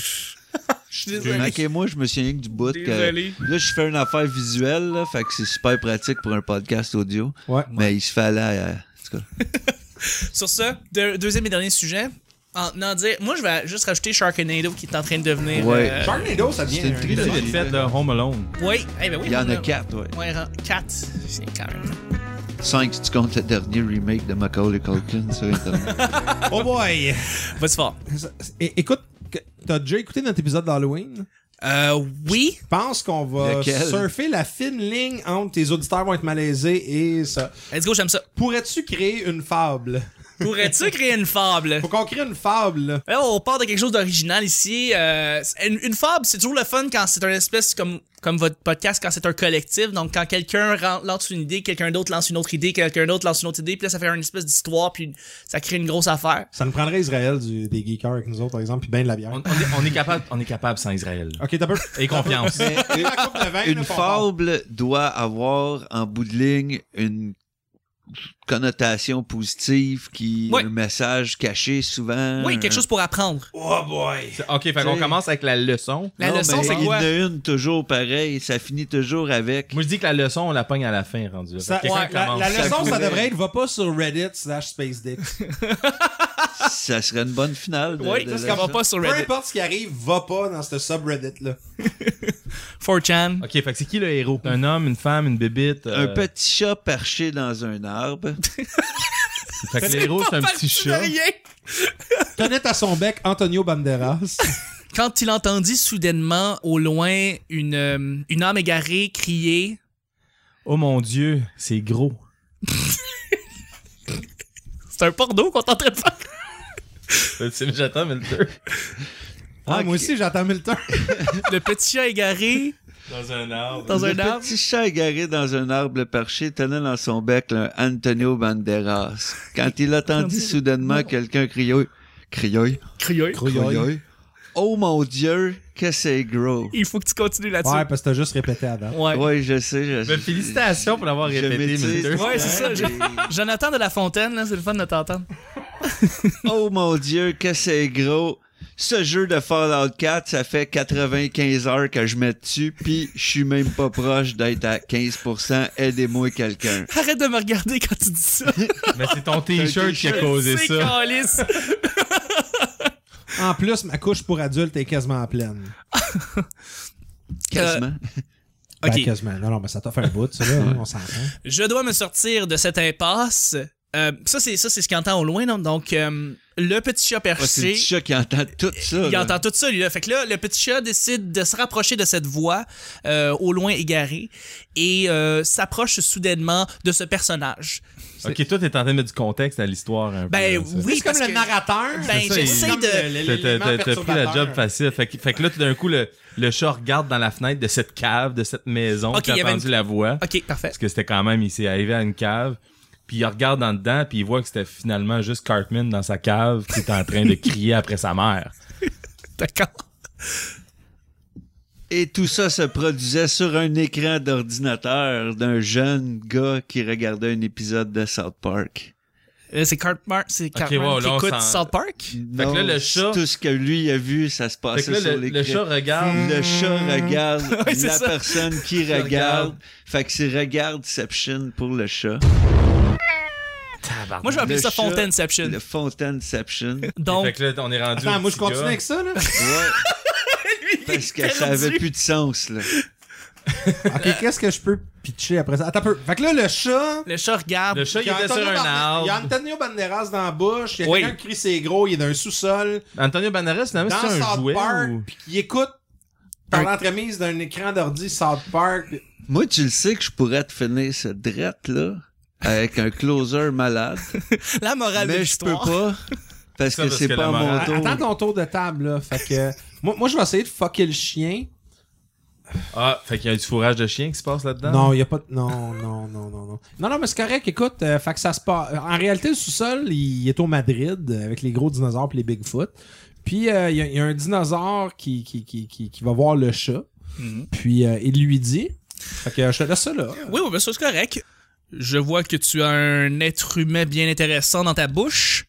Speaker 2: Je suis
Speaker 4: Ok, moi, je me souviens que du bout
Speaker 2: Désolé.
Speaker 4: que là, je fais une affaire visuelle, là, fait que c'est super pratique pour un podcast audio.
Speaker 1: Ouais.
Speaker 4: Mais il se fallait, euh, en tout cas.
Speaker 2: Sur ce, deux- deuxième et dernier sujet. En en dire, moi, je vais juste rajouter Sharknado qui est en train de devenir.
Speaker 4: Ouais.
Speaker 2: euh,
Speaker 1: Sharknado, ça devient
Speaker 4: C'est une
Speaker 1: un-
Speaker 4: trilogie.
Speaker 3: Là, j'ai fait le euh, Home Alone.
Speaker 2: Oui, eh ben oui.
Speaker 4: Il y en a
Speaker 2: on
Speaker 4: quatre, ouais.
Speaker 2: Ouais, ren- quatre. C'est quand même.
Speaker 4: Cinq, si tu comptes le dernier remake de Macaulay Culkin sur Internet.
Speaker 1: Oh boy!
Speaker 2: Vas-y fort.
Speaker 1: É- Écoute, que- t'as déjà écouté notre épisode d'Halloween?
Speaker 2: Euh, oui.
Speaker 1: Je pense qu'on va
Speaker 4: Lequel?
Speaker 1: surfer la fine ligne entre tes auditeurs vont être malaisés et ça.
Speaker 2: Let's go, j'aime ça.
Speaker 1: Pourrais-tu créer une fable?
Speaker 2: Pourrais-tu créer une fable?
Speaker 1: Faut qu'on crée une fable, là.
Speaker 2: Là, on part de quelque chose d'original ici. Euh, une, une fable, c'est toujours le fun quand c'est un espèce comme comme votre podcast, quand c'est un collectif. Donc, quand quelqu'un ran- lance une idée, quelqu'un d'autre lance une autre idée, quelqu'un d'autre lance une autre idée, puis là, ça fait une espèce d'histoire, puis ça crée une grosse affaire.
Speaker 1: Ça nous prendrait Israël du, des geekers avec nous autres, par exemple, puis ben de la bière.
Speaker 3: On, on est, on est capable, on est capable sans Israël.
Speaker 1: Ok, t'as peu.
Speaker 3: Et confiance.
Speaker 1: La coupe de vin, là,
Speaker 4: une
Speaker 1: puis on part.
Speaker 4: fable doit avoir en bout de ligne une connotation positive qui
Speaker 2: Ouais.
Speaker 4: un message caché souvent.
Speaker 2: Oui, quelque
Speaker 4: un-
Speaker 2: chose pour apprendre.
Speaker 1: Oh boy!
Speaker 3: C'est- ok, fait qu'on
Speaker 4: T'sais.
Speaker 3: commence avec la leçon.
Speaker 2: La
Speaker 4: Non,
Speaker 2: leçon,
Speaker 4: mais
Speaker 2: c'est
Speaker 4: Il y en
Speaker 2: quoi?
Speaker 4: a une toujours pareil, ça finit toujours avec.
Speaker 3: Moi, je dis que la leçon, on la pogne à la fin, rendu. là. Fait
Speaker 1: Ça-
Speaker 3: que quelqu'un
Speaker 1: ouais, la,
Speaker 3: commence.
Speaker 1: la
Speaker 4: Ça
Speaker 1: leçon, ça
Speaker 4: pourrait-
Speaker 1: devrait être va pas sur Reddit slash SpaceDick.
Speaker 4: ça serait une bonne finale. de-
Speaker 2: Oui,
Speaker 4: de
Speaker 2: parce
Speaker 4: la-
Speaker 2: qu'on va pas sur
Speaker 1: Peu
Speaker 2: Reddit.
Speaker 1: importe ce qui arrive, va pas dans ce subreddit-là.
Speaker 2: 4chan.
Speaker 3: Ok, fait que c'est qui le héros? Un homme, une femme, une bébite? euh,
Speaker 4: Un petit chat perché dans un arbre.
Speaker 3: Fait que le héros, c'est un petit chat.
Speaker 1: Tenait à son bec Antonio Banderas.
Speaker 2: Quand il entendit soudainement au loin une, euh, une âme égarée crier
Speaker 3: Oh mon dieu, c'est gros.
Speaker 2: C'est un porno qu'on t'entrait de faire.
Speaker 3: C'est le Jonathan Milter.
Speaker 1: Ah,
Speaker 4: Ok.
Speaker 1: moi aussi, j'attends Milton.
Speaker 2: Le petit chat égaré
Speaker 3: Dans un arbre.
Speaker 2: dans un
Speaker 4: le
Speaker 2: arbre.
Speaker 4: petit chat égaré dans un arbre perché tenait dans son bec un Antonio Banderas. Quand il entendit soudainement quelqu'un crier, crier,
Speaker 2: Crieux.
Speaker 4: crier, oh mon Dieu, que c'est gros.
Speaker 2: Il faut que tu continues là-dessus.
Speaker 1: Ouais, parce que t'as juste répété avant.
Speaker 2: Ouais.
Speaker 4: Ouais, je sais, je sais.
Speaker 3: Mais félicitations pour l'avoir
Speaker 4: Je
Speaker 3: répété,
Speaker 4: maîtrise.
Speaker 3: Milter.
Speaker 2: Ouais, c'est ça. Je- Jonathan de la Fontaine, là, c'est le fun de t'entendre.
Speaker 4: Oh mon Dieu, que c'est gros. Ce jeu de Fallout 4, ça fait 95 heures que je mets dessus, puis je suis même pas proche d'être à 15%. Aidez-moi quelqu'un.
Speaker 2: Arrête de me regarder quand tu dis ça.
Speaker 3: Mais c'est ton t-shirt qui a causé
Speaker 2: C'est
Speaker 3: ça.
Speaker 2: câlisse.
Speaker 1: En plus, ma couche pour adulte est quasiment pleine.
Speaker 4: Quasiment.
Speaker 1: Ben,
Speaker 2: Ok.
Speaker 1: quasiment. Non, non, mais ça t'a fait un bout, ça, là. hein, on s'entend.
Speaker 2: Je dois me sortir de cette impasse. Euh, ça, c'est ça, c'est ce qu'il entend au loin, non? Donc, euh, le petit chat
Speaker 4: Ah, c'est le
Speaker 2: perché.
Speaker 4: petit chat qui entend tout ça.
Speaker 2: Il
Speaker 4: là.
Speaker 2: entend tout ça, lui, là. Fait que là, le petit chat décide de se rapprocher de cette voix, euh, au loin égarée, et euh, s'approche soudainement de ce personnage.
Speaker 3: Ok, toi, t'es en train de mettre du contexte à l'histoire. un peu,
Speaker 2: Ben
Speaker 3: là, ça.
Speaker 2: oui,
Speaker 1: C'est comme
Speaker 2: parce
Speaker 1: le
Speaker 2: que-
Speaker 1: narrateur.
Speaker 2: Ben,
Speaker 3: C'est ça,
Speaker 2: j'essaie
Speaker 3: il-
Speaker 1: Comme
Speaker 2: de...
Speaker 1: le-
Speaker 3: T'as- t'as-
Speaker 1: l'élément
Speaker 3: T'as t'as pris la job
Speaker 1: perturbateur.
Speaker 3: facile. Fait que, fait que là, tout d'un coup, le, le chat regarde dans la fenêtre de cette cave, de cette maison,
Speaker 2: Ok,
Speaker 3: qui
Speaker 2: il y
Speaker 3: a
Speaker 2: avait
Speaker 3: entendu
Speaker 2: une-
Speaker 3: la voix.
Speaker 2: Ok, parfait.
Speaker 3: Parce que c'était quand même, il s'est arrivé à une cave. Puis il regarde en dedans, puis il voit que c'était finalement juste Cartman dans sa cave qui est en train de crier après sa mère.
Speaker 2: D'accord.
Speaker 4: Et tout ça se produisait sur un écran d'ordinateur d'un jeune gars qui regardait un épisode de South Park.
Speaker 2: Euh, C'est Cartman, c'est Cartman
Speaker 3: wow,
Speaker 2: qui
Speaker 3: là, on
Speaker 2: écoute
Speaker 3: s'en-
Speaker 2: South Park.
Speaker 4: Non,
Speaker 3: là, le
Speaker 4: c'est
Speaker 3: chat-
Speaker 4: Tout ce que lui a vu, ça se
Speaker 3: Fait
Speaker 4: passait
Speaker 3: que là,
Speaker 4: sur
Speaker 3: le, le
Speaker 4: l'écran.
Speaker 3: chat regarde.
Speaker 4: Le chat regarde
Speaker 2: Ouais, c'est
Speaker 4: la
Speaker 2: ça.
Speaker 4: personne qui
Speaker 3: regarde.
Speaker 4: regarde. Fait que c'est Regardception pour le chat.
Speaker 2: Moi, je vais appeler
Speaker 4: Le
Speaker 2: ça
Speaker 4: chat-
Speaker 2: Fontaineception.
Speaker 4: Le Fontaineception.
Speaker 3: Fait
Speaker 2: Donc,
Speaker 3: que là, on est rendu.
Speaker 1: Attends,
Speaker 3: au
Speaker 1: moi, je
Speaker 3: petit
Speaker 1: continue
Speaker 3: gars.
Speaker 1: avec ça, là.
Speaker 4: Ouais. Parce que ça
Speaker 2: perdu.
Speaker 4: avait plus de sens, là.
Speaker 1: ok, qu'est-ce que je peux pitcher après ça? Attends un peu. Fait que là, le chat.
Speaker 2: Le chat regarde.
Speaker 3: Le chat, il
Speaker 1: y a
Speaker 3: était
Speaker 1: Antonio
Speaker 3: sur un
Speaker 1: Ban- Il y a
Speaker 3: arbre.
Speaker 1: Antonio Banderas dans la bouche. Il y a
Speaker 2: Oui.
Speaker 1: quelqu'un qui crie c'est gros. Il est d'un sous-sol.
Speaker 3: Antonio Banderas, finalement,
Speaker 1: dans
Speaker 3: c'est un
Speaker 1: South
Speaker 3: jouet
Speaker 1: Park.
Speaker 3: ou...
Speaker 1: Puis qui écoute par l'entremise d'un écran d'ordi South Park.
Speaker 4: Moi, tu le sais que je pourrais te finir ce drette là avec un closer malade,
Speaker 2: La morale de
Speaker 4: mais je peux
Speaker 2: l'histoire.
Speaker 4: pas parce
Speaker 3: Ça,
Speaker 4: que
Speaker 3: parce
Speaker 4: c'est
Speaker 3: que la
Speaker 4: pas mon
Speaker 3: morale-
Speaker 4: tour.
Speaker 1: Attends ton tour de table, là. Fait que. moi, moi, je vais essayer de fucker le chien.
Speaker 3: Ah, fait qu'il y a du fourrage de chien qui se passe là-dedans.
Speaker 1: Non, il y a pas de... Non, non, non, non, non. Non, non, mais c'est correct. Écoute, euh, fait que ça se passe... En réalité, le sous-sol, il est au Madrid euh, avec les gros dinosaures et les Bigfoot. Puis, euh, il y, a- il y a un dinosaure qui, qui, qui, qui, qui va voir le chat.
Speaker 2: Mhm.
Speaker 1: Puis, euh, il lui dit... Fait que euh, je te laisse ça, là.
Speaker 2: Oui, oui, ben ça, c'est correct. Je vois que tu as un être humain bien intéressant dans ta bouche.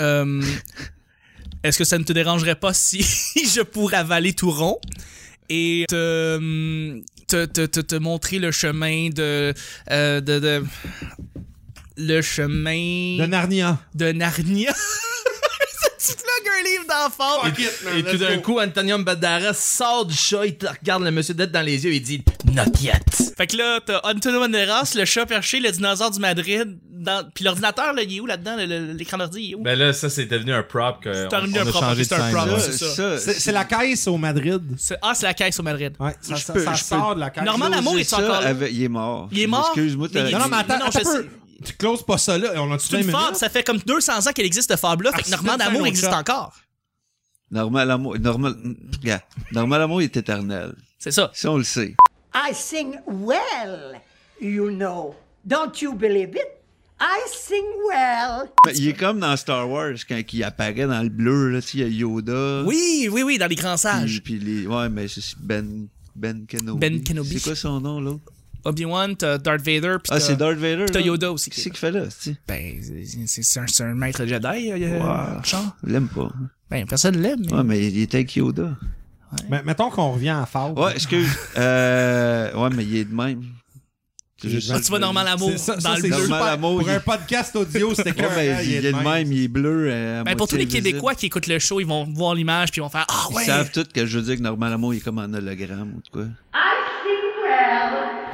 Speaker 2: Euh, Est-ce que ça ne te dérangerait pas si je pourrais avaler tout rond et te, hum, te, te, te, te montrer le chemin de, euh, de, de- le chemin
Speaker 1: De Narnia.
Speaker 2: de Narnia? tu plugues un livre d'enfant.
Speaker 3: Et tout d'un coup, Antonio Banderas sort du chat, il te regarde le monsieur d'être dans les yeux et il dit Not yet.
Speaker 2: Fait que là, t'as Antonio Banderas, le chat perché, le dinosaure du Madrid, dans... puis l'ordinateur, là, il est où là-dedans? Le- le- L'écran d'ordi, il est où?
Speaker 3: Ben là, ça, c'est devenu un prop. Que
Speaker 2: C'est devenu un prop, c'est un prop.
Speaker 4: Ça,
Speaker 3: là.
Speaker 2: c'est
Speaker 4: Euh,
Speaker 2: ça.
Speaker 1: C'est c'est la caisse au Madrid.
Speaker 2: C'est- Ah, c'est la caisse au Madrid.
Speaker 1: Ouais, ça,
Speaker 4: Je
Speaker 1: ça-
Speaker 4: peux-
Speaker 1: ça
Speaker 4: je peux-
Speaker 1: sort de la caisse.
Speaker 2: Normal,
Speaker 4: Closer
Speaker 2: l'amour, est-tu
Speaker 4: ça
Speaker 2: encore là?
Speaker 4: avec- Il est mort.
Speaker 2: Il est mort?
Speaker 4: Excuse-moi, t'as-
Speaker 2: Mais il-
Speaker 1: Non, non, mais attends,
Speaker 2: Non, non,
Speaker 1: attends
Speaker 2: je
Speaker 1: un peu. Tu closes pas ça, là. On a-tu
Speaker 2: C'est
Speaker 1: cinq
Speaker 2: une
Speaker 1: minutes?
Speaker 2: fable, ça fait comme 200 ans qu'elle existe, cette fable-là. Fait
Speaker 1: Ah,
Speaker 2: que
Speaker 1: c'est
Speaker 2: Normand
Speaker 1: peut-être un
Speaker 2: d'amour
Speaker 1: autre
Speaker 2: existe
Speaker 1: chat.
Speaker 2: encore.
Speaker 4: normal amour, normal, regarde, normal amour est éternel.
Speaker 2: C'est ça.
Speaker 4: Ça, on le sait.
Speaker 5: I sing well, you know. Don't you believe it? I sing well.
Speaker 4: Mais Il est comme dans Star Wars quand il apparaît dans le bleu, là, tu sais, il y a Yoda.
Speaker 2: Oui, ah, oui, oui, dans les grands
Speaker 4: Puis,
Speaker 2: sages.
Speaker 4: puis les, ouais, mais c'est Ben, Ben Kenobi.
Speaker 2: Ben Kenobi.
Speaker 4: C'est quoi son nom, là?
Speaker 2: Obi-Wan, t'as Darth Vader, puis
Speaker 4: Hmm. Ah,
Speaker 2: t'as-
Speaker 4: c'est Darth Vader.
Speaker 2: t'as
Speaker 4: là.
Speaker 2: Yoda aussi.
Speaker 4: Qu'est-ce qu'il fait là, tu sais?
Speaker 2: Ben, c'est- c'est c'est un, c'est un maître Jedi, euh,
Speaker 4: Wow.
Speaker 2: Jean.
Speaker 4: Je l'aime pas.
Speaker 2: Ben, personne l'aime, mais...
Speaker 4: Ouais, mais il était avec Yoda.
Speaker 1: Mais mettons qu'on revient à Fab.
Speaker 4: Ouais, excuse. euh, ouais, mais il est de même. C'est juste-
Speaker 2: Ah, tu vois Normand l'amour
Speaker 1: C'est ça,
Speaker 2: dans
Speaker 1: ça,
Speaker 2: le
Speaker 1: c'est
Speaker 2: bleu.
Speaker 4: Normal
Speaker 1: super.
Speaker 4: amour,
Speaker 1: Pour
Speaker 4: il-
Speaker 1: un podcast audio, c'était
Speaker 4: Ouais,
Speaker 1: clair.
Speaker 4: mais il, est de même, il est bleu. euh, à
Speaker 2: Ben, pour tous
Speaker 4: moitié
Speaker 2: les
Speaker 4: visible.
Speaker 2: Québécois qui écoutent le show, ils vont voir l'image, puis ils vont faire « Ah
Speaker 4: Ils
Speaker 2: ouais!
Speaker 4: savent tous que je veux dire que Normal Amour, il est comme en hologramme ou de quoi.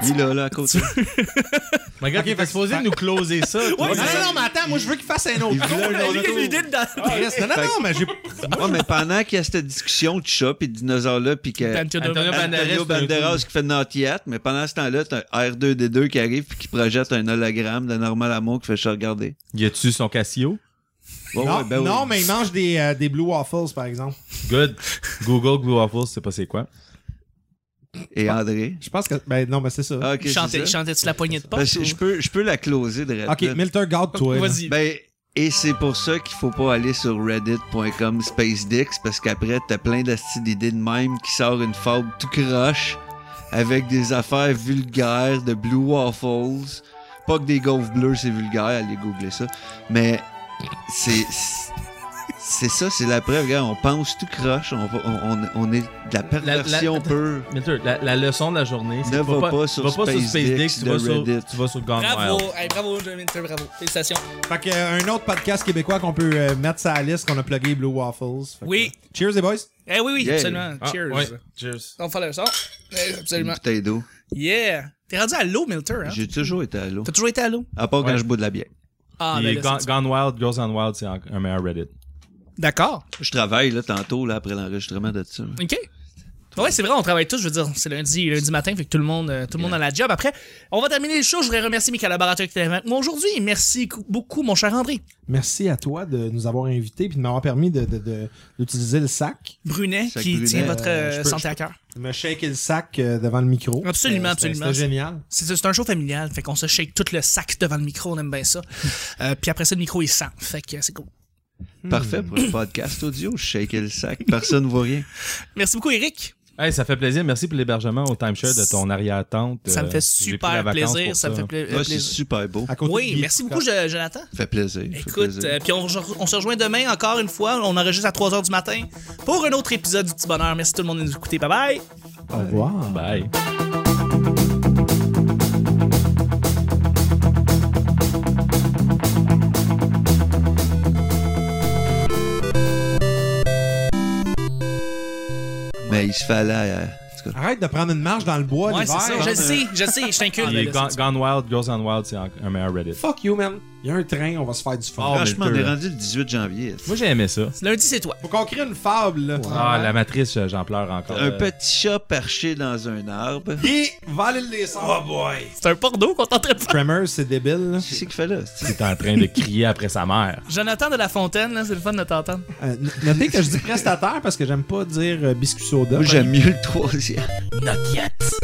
Speaker 4: Il est là, là, à côté.
Speaker 3: Mais
Speaker 1: Ok,
Speaker 3: regarde, il était
Speaker 1: fait que-
Speaker 3: supposé nous closer ça. toi.
Speaker 1: Non, non, non, mais attends, moi je veux qu'il fasse un autre
Speaker 4: Il voulait
Speaker 1: tour.
Speaker 4: un autre
Speaker 1: Lui,
Speaker 4: tour.
Speaker 1: lui,
Speaker 2: L'idée de- dans-
Speaker 1: Chris, Non, non, non, mais j'ai.
Speaker 4: ouais, mais pendant qu'il y a cette discussion de chat et de dinosaure là, puis que.
Speaker 2: Antonio
Speaker 3: Antonio
Speaker 2: Banderas.
Speaker 4: Antonio
Speaker 3: Banderas,
Speaker 4: Banderas qui fait Not Yet, mais pendant ce temps-là, t'as un R2D2 qui arrive puis qui projette un hologramme de Normal Amour qui fait se regarder.
Speaker 3: Il a tu son Casio?
Speaker 4: Ouais,
Speaker 1: Non,
Speaker 4: ouais, ben
Speaker 1: non,
Speaker 4: oui.
Speaker 1: mais il mange des, euh, des Blue Waffles, par exemple.
Speaker 3: Good. Google Glue Waffles, c'est pas c'est quoi.
Speaker 4: Et André.
Speaker 1: Je pense que. Ben non, mais c'est ça.
Speaker 4: Ah, ok, c'est
Speaker 2: Chantais-
Speaker 4: ça.
Speaker 2: Chantais-tu la poignée de porte?
Speaker 4: Ben, c'est- je, peux, je peux la closer direct.
Speaker 1: ok,
Speaker 4: là.
Speaker 1: Milton, garde-toi. là.
Speaker 2: euh, Vas-y.
Speaker 4: Ben, et c'est pour ça qu'il faut pas aller sur reddit.com spacedicks parce qu'après, t'as plein d'astis d'idées de même qui sort une fable tout croche avec des affaires vulgaires de Blue Waffles. Pas que des gaufres bleues, c'est vulgaire, allez googler ça. Mais c'est... C'est ça, c'est la preuve, regarde, on pense tout croche, on, va- on, on- on est de la perversion
Speaker 3: la-
Speaker 4: pure.
Speaker 3: Mais tu la, la leçon de la journée, c'est
Speaker 4: Ne
Speaker 3: que
Speaker 4: va pas sur
Speaker 3: va pas
Speaker 4: Space
Speaker 3: SpaceX,
Speaker 4: Dicks
Speaker 3: tu,
Speaker 4: de
Speaker 3: vas sur,
Speaker 4: Reddit.
Speaker 3: tu vas sur Gone
Speaker 2: Bravo,
Speaker 3: Wild.
Speaker 2: Hey, bravo, John Minter, bravo. Félicitations.
Speaker 1: Fait que, euh, un autre podcast québécois qu'on peut euh, mettre sur la liste qu'on a plugué Blue Waffles. Fait que,
Speaker 2: Oui.
Speaker 1: euh, cheers, les boys.
Speaker 2: Eh oui, oui,
Speaker 4: Yeah.
Speaker 2: absolument.
Speaker 3: Ah,
Speaker 2: Cheers.
Speaker 3: ouais, Cheers.
Speaker 2: On fait le son. Eh,
Speaker 4: Une
Speaker 2: Absolument.
Speaker 4: bouteille d'eau.
Speaker 2: Yeah. T'es rendu à l'eau, Milter, hein?
Speaker 4: J'ai toujours été à l'eau.
Speaker 2: T'as toujours été à l'eau?
Speaker 4: À part quand
Speaker 3: Ouais.
Speaker 4: je bois de la bière.
Speaker 2: Ah,
Speaker 3: Et
Speaker 2: ben là,
Speaker 3: Gone,
Speaker 2: c'est-
Speaker 3: Gone Wild, Girls on Wild, c'est un un meilleur Reddit.
Speaker 2: D'accord.
Speaker 4: Je travaille, là, tantôt, là, après l'enregistrement de ça.
Speaker 2: OK. Ouais, c'est vrai, on travaille tous, je veux dire, c'est lundi, lundi matin, fait que tout le monde, euh, tout le monde a la job. Après, on va terminer le show, je voudrais remercier mes collaborateurs qui étaient avec moi aujourd'hui. Merci cou- beaucoup, mon cher André.
Speaker 1: Merci à toi de nous avoir invités puis de m'avoir permis de- de- de- d'utiliser le sac.
Speaker 2: Brunet,
Speaker 4: Sac
Speaker 2: qui
Speaker 4: Brunet,
Speaker 2: tient votre euh,
Speaker 1: je peux-
Speaker 2: santé à cœur.
Speaker 1: De me shaker le sac euh, devant le micro. Euh,
Speaker 2: Absolument,
Speaker 1: C'était-
Speaker 2: absolument.
Speaker 1: C'était génial.
Speaker 2: C'est c'est un show familial, fait qu'on se shake tout le sac devant le micro, on aime bien ça. Euh, puis après ça, le micro, il sent, fait que c'est cool.
Speaker 4: Mm. Parfait pour le podcast audio. Je shake le sac. Personne ne voit rien.
Speaker 2: Merci beaucoup, Eric.
Speaker 3: Hey, ça fait plaisir. Merci pour l'hébergement au timeshare de ton arrière-tente.
Speaker 2: Ça me
Speaker 3: Euh,
Speaker 2: fait
Speaker 3: j'ai pris la
Speaker 2: super
Speaker 3: vacances
Speaker 2: plaisir,
Speaker 3: pour
Speaker 2: ça me fait pla- euh,
Speaker 4: Ouais, Ah, c'est
Speaker 2: plaisir.
Speaker 4: super beau.
Speaker 1: À côté
Speaker 2: Oui,
Speaker 1: de-
Speaker 2: merci beaucoup, Je- Jonathan.
Speaker 4: Ça fait plaisir. ça fait
Speaker 2: Écoute,
Speaker 4: plaisir.
Speaker 2: euh, puis on, re- on se rejoint demain encore une fois. On enregistre à 3h du matin pour un autre épisode du Petit Bonheur. Merci tout le monde de nous écouter. Bye bye.
Speaker 1: Au revoir.
Speaker 3: Bye.
Speaker 2: Ah,
Speaker 4: Mais il se fallait. euh, en tout
Speaker 2: Ah,
Speaker 4: cas, tout cas.
Speaker 1: Arrête de prendre une marche dans le bois
Speaker 2: Ouais, c'est
Speaker 1: l'hiver.
Speaker 2: ça. Je le sais, je le sais, je t'incule.
Speaker 3: hein, euh. Il est Gone, Gone Wild, Goes on Wild, c'est un un meilleur Reddit.
Speaker 1: Fuck you, man. Il y a un train, on va se faire du fun.
Speaker 3: Ah,
Speaker 4: Franchement, on
Speaker 3: mais
Speaker 4: est
Speaker 3: le-
Speaker 4: rendu le 18 janvier.
Speaker 3: Moi, j'ai aimé ça.
Speaker 2: Lundi, c'est toi.
Speaker 1: Faut qu'on crée une fable, là.
Speaker 3: Ah,
Speaker 1: tranquille.
Speaker 3: la matrice, euh, j'en pleure encore.
Speaker 4: Un
Speaker 3: Euh,
Speaker 4: petit chat perché dans un arbre.
Speaker 1: Et valide les Oh boy.
Speaker 2: C'est un port d'eau qu'on t'entraîne pas.
Speaker 1: Tremors, c'est débile, là.
Speaker 4: Qu'est-ce qu'il fait là?
Speaker 3: Il est en train de crier après sa mère.
Speaker 2: Jonathan de la Fontaine, là, c'est le fun de t'entendre.
Speaker 1: Euh, n- notez que je dis prestataire parce que j'aime pas dire euh, biscuit soda.
Speaker 4: Moi, j'aime mieux le troisième.
Speaker 2: Not yet.